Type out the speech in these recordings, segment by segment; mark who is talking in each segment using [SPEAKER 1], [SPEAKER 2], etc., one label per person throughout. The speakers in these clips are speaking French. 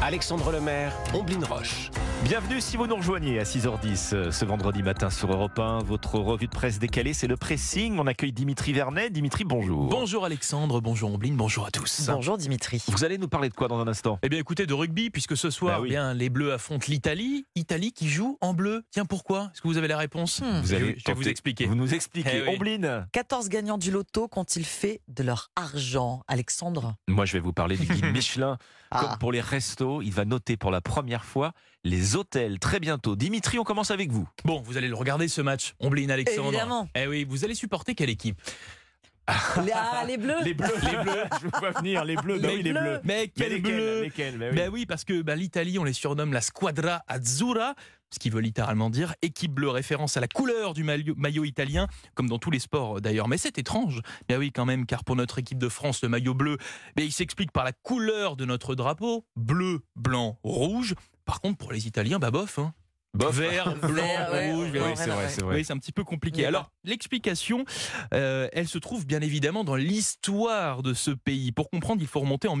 [SPEAKER 1] Alexandre Lemaire, Omblin Roche.
[SPEAKER 2] Bienvenue si vous nous rejoignez à 6h10 euh, ce vendredi matin sur Europe 1. Votre revue de presse décalée, c'est le pressing. On accueille Dimitri Vernet. Dimitri, bonjour.
[SPEAKER 3] Bonjour Alexandre, bonjour Ombline, bonjour à tous.
[SPEAKER 4] Bonjour Dimitri.
[SPEAKER 2] Vous allez nous parler de quoi dans un instant
[SPEAKER 3] Eh bien écoutez, de rugby, puisque ce soir,
[SPEAKER 2] Bah oui.
[SPEAKER 3] eh bien, les Bleus affrontent l'Italie. Italie qui joue en bleu. Tiens, pourquoi Est-ce que vous avez la réponse
[SPEAKER 4] Hmm.
[SPEAKER 3] Je vais- Je vais vous
[SPEAKER 2] tenter-
[SPEAKER 3] expliquer.
[SPEAKER 2] Vous nous expliquez.
[SPEAKER 3] Eh oui.
[SPEAKER 2] Omblin
[SPEAKER 4] 14 gagnants du loto qu'ont-ils fait de leur argent, Alexandre
[SPEAKER 2] Moi, je vais vous parler du guide Michelin. Comme
[SPEAKER 4] Ah,
[SPEAKER 2] pour les restos, il va noter pour la première fois les hôtels très bientôt. Dimitri, on commence avec vous.
[SPEAKER 3] Bon, vous allez le regarder ce match, Ombline Alexandre.
[SPEAKER 4] Évidemment.
[SPEAKER 3] Eh oui, vous allez supporter quelle équipe
[SPEAKER 4] les, ah, les
[SPEAKER 2] bleus,
[SPEAKER 4] bleus
[SPEAKER 2] les bleus. Je vous vois venir, les bleus.
[SPEAKER 3] Mais Mais quel bleu
[SPEAKER 2] mais
[SPEAKER 3] Ben oui, parce que ben, l'Italie, on les surnomme la Squadra Azzurra, ce qui veut littéralement dire équipe bleue, référence à la couleur du maillot, maillot italien, comme dans tous les sports euh, d'ailleurs. Mais c'est étrange. Ben oui, quand même, car pour notre équipe de France, le maillot bleu, ben, il s'explique par la couleur de notre drapeau bleu, blanc, rouge. Par contre, pour les Italiens, bah bof. hein. Vert, blanc,
[SPEAKER 4] Vert, ouais.
[SPEAKER 3] rouge.
[SPEAKER 4] Oui,
[SPEAKER 3] ben oui.
[SPEAKER 4] c'est vrai, c'est
[SPEAKER 3] Oui, c'est un petit peu compliqué.
[SPEAKER 4] Mais
[SPEAKER 3] Alors, l'explication, euh, elle se trouve bien évidemment dans l'histoire de ce pays. Pour comprendre, il faut remonter en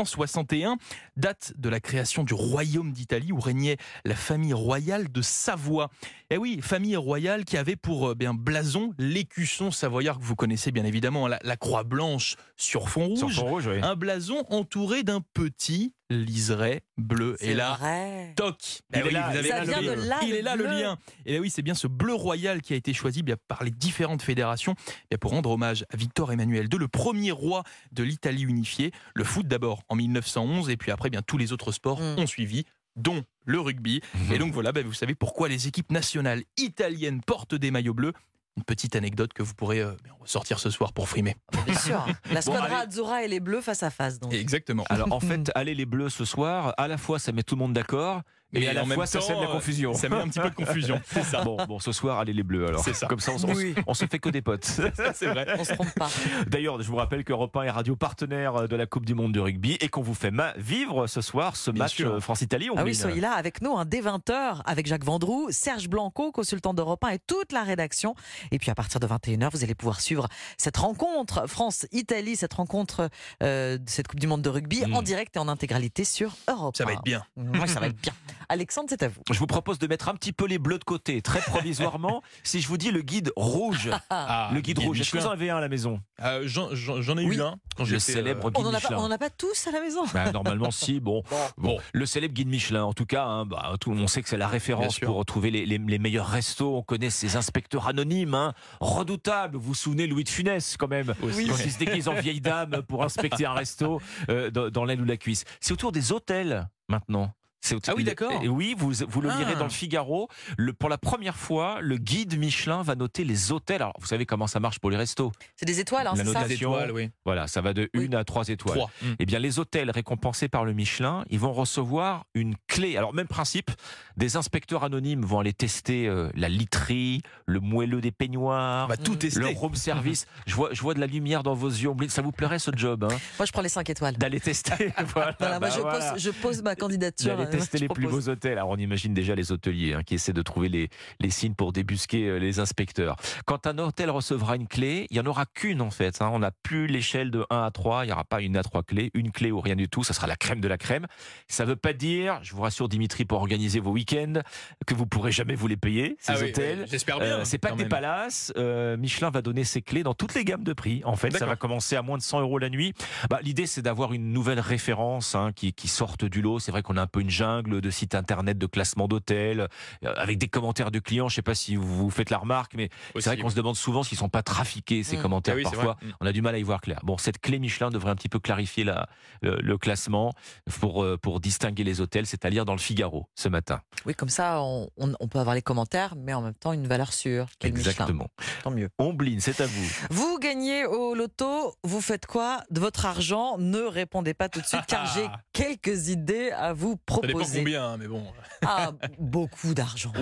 [SPEAKER 3] 1861, date de la création du royaume d'Italie où régnait la famille royale de Savoie. Eh oui, famille royale qui avait pour euh, bien, blason l'écusson savoyard que vous connaissez bien évidemment, hein, la, la croix blanche sur fond rouge.
[SPEAKER 2] Sur fond rouge, oui.
[SPEAKER 3] Un blason entouré d'un petit liseré bleu. Et
[SPEAKER 4] C'est
[SPEAKER 3] là,
[SPEAKER 4] vrai.
[SPEAKER 3] toc.
[SPEAKER 2] Il
[SPEAKER 3] Eh
[SPEAKER 2] est là,
[SPEAKER 3] vous
[SPEAKER 2] il est
[SPEAKER 3] avez
[SPEAKER 2] là,
[SPEAKER 4] Ça
[SPEAKER 3] le
[SPEAKER 2] le
[SPEAKER 4] vient de
[SPEAKER 2] bleu.
[SPEAKER 4] là.
[SPEAKER 3] il est là le
[SPEAKER 4] bleu.
[SPEAKER 3] lien. Et là, oui, c'est bien ce bleu royal qui a été choisi bien, par les différentes fédérations bien, pour rendre hommage à Victor Emmanuel II, le premier roi de l'Italie unifiée. Le foot d'abord en 1911 et puis après, bien tous les autres sports
[SPEAKER 4] Mm.
[SPEAKER 3] ont suivi dont le rugby. Et donc voilà, ben, vous savez pourquoi les équipes nationales italiennes portent des maillots bleus. Une petite anecdote que vous pourrez euh, bien, ressortir ce soir pour frimer.
[SPEAKER 4] Bien sûr. La squadra
[SPEAKER 2] allez.
[SPEAKER 4] Azzurra et les bleus face à face. Donc.
[SPEAKER 3] Exactement.
[SPEAKER 2] Alors en fait, aller les bleus ce soir, à la fois ça met tout le monde d'accord, et
[SPEAKER 3] Mais
[SPEAKER 2] à la
[SPEAKER 3] en même
[SPEAKER 2] fois ça
[SPEAKER 3] temps,
[SPEAKER 2] sème la
[SPEAKER 3] euh,
[SPEAKER 2] confusion.
[SPEAKER 3] Ça met un petit peu de confusion. C'est ça.
[SPEAKER 2] Bon, bon, ce soir, allez les bleus alors.
[SPEAKER 3] C'est ça.
[SPEAKER 2] Comme ça, on, on-
[SPEAKER 4] Oui.
[SPEAKER 2] on se fait que des potes.
[SPEAKER 3] C'est vrai.
[SPEAKER 4] On se trompe pas.
[SPEAKER 2] D'ailleurs, je vous rappelle que Europe 1 est radio partenaire euh, de la Coupe du Monde de rugby et qu'on vous fait ma- vivre ce soir ce
[SPEAKER 3] Bien
[SPEAKER 2] match
[SPEAKER 3] sûr.
[SPEAKER 2] euh, France-Italie. on
[SPEAKER 4] Ah oui,
[SPEAKER 2] mine.
[SPEAKER 3] euh.
[SPEAKER 4] soyez là avec nous hein, dès 20h avec Jacques Vendroux, Serge Blanco, consultant d'Europe 1 et toute la rédaction. Et puis à partir de 21h, vous allez pouvoir suivre cette rencontre France-Italie, cette rencontre euh, de cette Coupe du Monde de rugby
[SPEAKER 2] Mm.
[SPEAKER 4] en direct et en intégralité sur Europe
[SPEAKER 3] Hmm. Ça va
[SPEAKER 4] 1.
[SPEAKER 3] être bien.
[SPEAKER 4] Oui, ça va être bien. Alexandre, c'est à vous.
[SPEAKER 2] Je vous propose de mettre un petit peu les bleus de côté, très provisoirement, si je vous dis le guide rouge.
[SPEAKER 3] Ah,
[SPEAKER 2] le guide rouge, est-ce que vous en avez un à la maison
[SPEAKER 3] Euh, J'en j'en- j'en ai
[SPEAKER 4] Oui.
[SPEAKER 3] eu un
[SPEAKER 2] Le
[SPEAKER 3] quand j'étais, euh,
[SPEAKER 2] célèbre
[SPEAKER 4] On
[SPEAKER 2] guide
[SPEAKER 4] n'en a, pas-
[SPEAKER 2] Michelin.
[SPEAKER 4] on en a pas tous à la maison
[SPEAKER 2] Bah, normalement, si. Bon, bon, le célèbre guide Michelin, en tout cas, hein, bah, tout, on sait que c'est la référence
[SPEAKER 3] sûr.
[SPEAKER 2] pour retrouver les, les- les meilleurs restos. On connaît ces inspecteurs anonymes, hein, redoutables. Vous vous souvenez Louis de Funès, quand même,
[SPEAKER 3] Aussi,
[SPEAKER 2] quand
[SPEAKER 3] ouais.
[SPEAKER 2] il se déguise en vieille dame pour inspecter un resto euh, dans, dans l'aile ou la cuisse. C'est autour des hôtels maintenant. C'est autour-
[SPEAKER 3] Ah oui, d'accord.
[SPEAKER 2] Et Oui, vous, vous le lirez
[SPEAKER 3] Ah.
[SPEAKER 2] dans le Figaro. Le, pour la première fois, le guide Michelin va noter les hôtels. Alors, vous savez comment ça marche pour les restos.
[SPEAKER 4] C'est des étoiles, hein,
[SPEAKER 2] La
[SPEAKER 4] c'est ça
[SPEAKER 2] notation.
[SPEAKER 3] étoiles, oui.
[SPEAKER 2] Voilà, ça va de
[SPEAKER 4] Oui.
[SPEAKER 2] 1 à 3 étoiles.
[SPEAKER 3] Trois. Mm.
[SPEAKER 2] Eh bien, les hôtels récompensés par le Michelin, ils vont recevoir une clé. Alors, même principe, des inspecteurs anonymes vont aller tester euh, la literie, le moelleux des
[SPEAKER 3] On
[SPEAKER 2] peignoirs,
[SPEAKER 3] va tout tester.
[SPEAKER 2] le room service. Je vois, je vois de la lumière dans vos yeux. Omblin. Ça vous plairait ce job, hein,
[SPEAKER 4] Moi, je prends les 5 étoiles.
[SPEAKER 2] d'aller tester voilà,
[SPEAKER 4] Voilà, moi,
[SPEAKER 2] bah
[SPEAKER 4] je,
[SPEAKER 2] voilà.
[SPEAKER 4] pose, je pose ma candidature.
[SPEAKER 2] D'aller
[SPEAKER 4] euh,
[SPEAKER 2] tester
[SPEAKER 4] je
[SPEAKER 2] les plus
[SPEAKER 4] propose.
[SPEAKER 2] beaux hôtels. Alors on imagine déjà les hôteliers hein, qui essaient de trouver les, les signes pour débusquer euh, les inspecteurs. Quand un hôtel recevra une clé, il n'y en aura qu'une en fait. hein. On n'a plus l'échelle de 1 à 3, il n'y aura pas une à 3 clés, une clé ou rien du tout, ça sera la crème de la crème. Ça ne veut pas dire, je vous rassure Dimitri pour organiser vos week-ends, que vous pourrez jamais vous les payer, ces
[SPEAKER 3] Ah oui,
[SPEAKER 2] hôtels.
[SPEAKER 3] oui, J'espère bien.
[SPEAKER 2] Euh, c'est pas que
[SPEAKER 3] quand
[SPEAKER 2] des
[SPEAKER 3] même.
[SPEAKER 2] palaces. Euh, Michelin va donner ses clés dans toutes les gammes de prix. En fait, ça
[SPEAKER 3] D'accord.
[SPEAKER 2] va commencer à moins de 100 euros la nuit. Bah, L'idée, c'est d'avoir une nouvelle référence hein, qui, qui sorte du lot. C'est vrai qu'on a un peu une jungle de sites internet, de classement d'hôtels, euh, avec des commentaires de clients. Je sais pas si vous vous faites la remarque, mais
[SPEAKER 3] Aussi,
[SPEAKER 2] c'est vrai qu'on se demande souvent s'ils sont pas trafiqués ces
[SPEAKER 4] Mm.
[SPEAKER 2] commentaires
[SPEAKER 3] Ah oui, c'est
[SPEAKER 2] parfois.
[SPEAKER 3] vrai. Mm.
[SPEAKER 2] On a du mal à y voir clair. Bon, cette clé Michelin devrait un petit peu clarifier la, le, le classement pour, euh, pour distinguer les hôtels. C'est à lire dans le Figaro ce matin.
[SPEAKER 4] Oui, comme ça, on, on- on peut avoir les commentaires, mais en même temps, une valeur sûre. qu'est le Michelin.
[SPEAKER 2] Exactement.
[SPEAKER 4] Tant mieux.
[SPEAKER 2] Omblin, c'est à vous.
[SPEAKER 4] Vous gagnez au loto, vous faites quoi de votre argent Ne répondez pas tout de suite, car j'ai quelques idées à vous
[SPEAKER 3] Ça dépend
[SPEAKER 4] proposer.
[SPEAKER 3] combien, hein, mais bon.
[SPEAKER 4] Ah, beaucoup d'argent.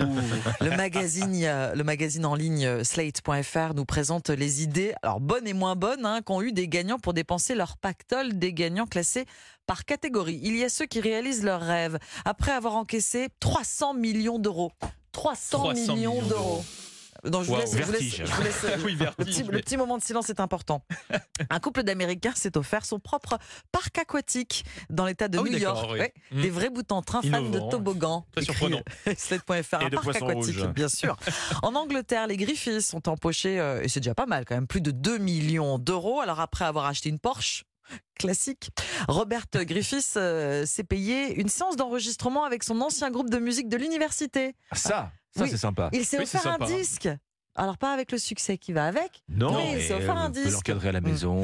[SPEAKER 4] Le magazine, euh, le magazine en ligne euh, slate.fr nous présente les idées, alors bonnes et moins bonnes, hein, qu'ont eu des gagnants pour dépenser leur pactole des gagnants classés par catégorie. Il y a ceux qui réalisent leurs rêves après avoir encaissé 300 millions d'euros. 300,
[SPEAKER 3] 300
[SPEAKER 4] millions
[SPEAKER 3] millions
[SPEAKER 4] d'euros. Non, je vous
[SPEAKER 3] Waouh,
[SPEAKER 4] laisse- je vous laisse-
[SPEAKER 2] vertige.
[SPEAKER 4] je vous laisse-
[SPEAKER 3] oui,
[SPEAKER 4] le petit-
[SPEAKER 3] vertige.
[SPEAKER 4] le petit moment de silence est important. Un couple d'Américains s'est offert son propre parc aquatique dans l'État de
[SPEAKER 3] Ah oui,
[SPEAKER 4] New
[SPEAKER 3] d'accord,
[SPEAKER 4] York.
[SPEAKER 3] oui.
[SPEAKER 4] Ouais,
[SPEAKER 3] Mm.
[SPEAKER 4] Des vrais bouts en train fans de
[SPEAKER 3] Innovant,
[SPEAKER 4] toboggan.
[SPEAKER 3] Très
[SPEAKER 4] écrit,
[SPEAKER 3] surprenant.
[SPEAKER 4] euh, Slate.fr,
[SPEAKER 2] Et
[SPEAKER 4] un
[SPEAKER 2] de
[SPEAKER 4] parc
[SPEAKER 2] poissons
[SPEAKER 4] aquatique,
[SPEAKER 2] rouges.
[SPEAKER 4] bien sûr. en Angleterre, les Griffiths sont empochés, euh, et c'est déjà pas mal quand même, plus de 2 millions d'euros. Alors après avoir acheté une Porsche, classique, Robert Griffiths euh, s'est payé une séance d'enregistrement avec son ancien groupe de musique de l'université.
[SPEAKER 2] Ça, ça
[SPEAKER 4] Oui.
[SPEAKER 2] c'est sympa.
[SPEAKER 4] Il s'est
[SPEAKER 3] Oui, c'est
[SPEAKER 4] offert un
[SPEAKER 3] sympa, hein.
[SPEAKER 4] disque. Alors pas avec le succès qui va avec,
[SPEAKER 2] Non,
[SPEAKER 4] Oui,
[SPEAKER 2] mais euh,
[SPEAKER 4] c'est offert un
[SPEAKER 2] vous pouvez
[SPEAKER 4] disque.
[SPEAKER 2] l'encadrer à la
[SPEAKER 4] Mm.
[SPEAKER 2] maison.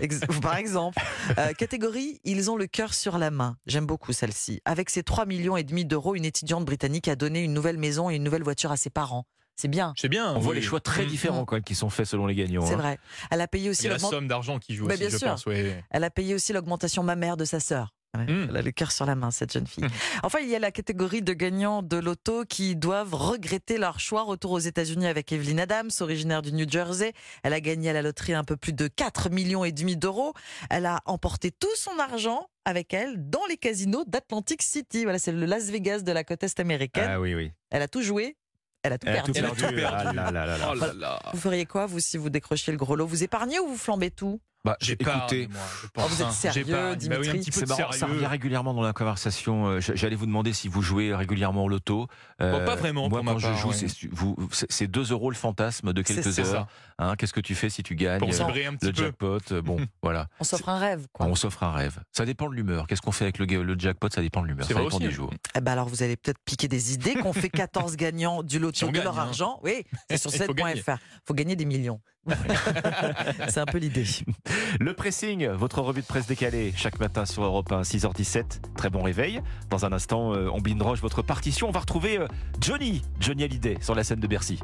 [SPEAKER 4] Ex- Par exemple, Euh, catégorie ils ont le cœur sur la main. J'aime beaucoup celle-ci. Avec ses 3 millions et demi d'euros, une étudiante britannique a donné une nouvelle maison et une nouvelle voiture à ses parents. C'est bien,
[SPEAKER 3] C'est bien.
[SPEAKER 2] On voit
[SPEAKER 3] oui.
[SPEAKER 2] les choix très
[SPEAKER 3] Mm.
[SPEAKER 2] différents quand même qui sont faits selon les gagnants.
[SPEAKER 4] c'est
[SPEAKER 2] hein.
[SPEAKER 4] vrai. Elle a payé
[SPEAKER 3] Il
[SPEAKER 4] aussi
[SPEAKER 3] y a la
[SPEAKER 4] l'augment-
[SPEAKER 3] somme d'argent qui joue
[SPEAKER 4] Bah,
[SPEAKER 3] aussi,
[SPEAKER 4] bien
[SPEAKER 3] je
[SPEAKER 4] sûr.
[SPEAKER 3] pense. ouais.
[SPEAKER 4] elle a payé aussi l'augmentation mammaire de sa sœur. Ouais,
[SPEAKER 3] Mm.
[SPEAKER 2] Hmm.
[SPEAKER 4] Elle a le cœur sur la main, cette jeune fille. Enfin, il y a la catégorie de gagnants de loto qui doivent regretter leur choix. Retour aux États-Unis avec Evelyn Adams, originaire du New Jersey. Elle a gagné à la loterie un peu plus de 4 millions et demi d'euros. Elle a emporté tout son argent avec elle dans les casinos d'Atlantic City. Voilà, c'est le Las Vegas de la côte est américaine.
[SPEAKER 2] Ah oui, oui.
[SPEAKER 4] Elle a tout joué, elle a tout
[SPEAKER 2] Elle a
[SPEAKER 4] perdu.
[SPEAKER 2] tout
[SPEAKER 3] Elle a
[SPEAKER 2] perdu.
[SPEAKER 3] tout perdu.
[SPEAKER 2] Ah là là là là.
[SPEAKER 3] Oh là là.
[SPEAKER 4] Vous feriez quoi, vous, si vous décrochiez le gros lot Vous épargnez ou vous flambez tout
[SPEAKER 2] Bah,
[SPEAKER 3] J'ai pas.
[SPEAKER 2] écoutez,
[SPEAKER 4] Oh,
[SPEAKER 3] hein.
[SPEAKER 4] vous êtes sérieux,
[SPEAKER 3] bah oui, un
[SPEAKER 4] Dimitri
[SPEAKER 3] petit peu
[SPEAKER 2] c'est
[SPEAKER 3] de
[SPEAKER 2] marrant, ça
[SPEAKER 3] sérieux.
[SPEAKER 2] revient régulièrement dans la conversation. Euh, j- J'allais vous demander si vous jouez régulièrement au loto. Euh,
[SPEAKER 3] Bon, pas vraiment,
[SPEAKER 2] Moi,
[SPEAKER 3] pour ma
[SPEAKER 2] quand
[SPEAKER 3] part,
[SPEAKER 2] je joue,
[SPEAKER 3] ouais.
[SPEAKER 2] c'est su- vous- c'est- c'est 2 euros le fantasme de quelques
[SPEAKER 4] C'est
[SPEAKER 3] ça.
[SPEAKER 2] heures. hein. Qu'est-ce que tu fais si tu gagnes
[SPEAKER 3] Pour
[SPEAKER 2] euh,
[SPEAKER 3] célébrer un petit
[SPEAKER 2] Le
[SPEAKER 3] peu.
[SPEAKER 2] jackpot, euh, bon, voilà.
[SPEAKER 4] On s'offre un rêve, quoi.
[SPEAKER 2] On s'offre un rêve. Ça dépend de l'humeur. Qu'est-ce qu'on fait avec le, ga- le jackpot Ça dépend de l'humeur.
[SPEAKER 3] C'est
[SPEAKER 2] Ça
[SPEAKER 3] vrai
[SPEAKER 2] dépend
[SPEAKER 3] aussi. hein.
[SPEAKER 2] des jours.
[SPEAKER 4] Eh ben alors vous allez peut-être piquer des idées qu'on fait 14 gagnants du loto
[SPEAKER 3] Si on
[SPEAKER 4] de
[SPEAKER 3] gagne,
[SPEAKER 4] leur
[SPEAKER 3] hein.
[SPEAKER 4] argent. Oui, c'est sur
[SPEAKER 3] Il faut gagner.
[SPEAKER 4] 7.fr. Faut gagner des millions. c'est un peu l'idée.
[SPEAKER 2] Le pressing, votre revue de presse décalée chaque matin sur Europe 1, 6h17. Très bon réveil. Dans un instant, euh, on blindroche votre partition. On va retrouver euh, Johnny, Johnny Hallyday, sur la scène de Bercy.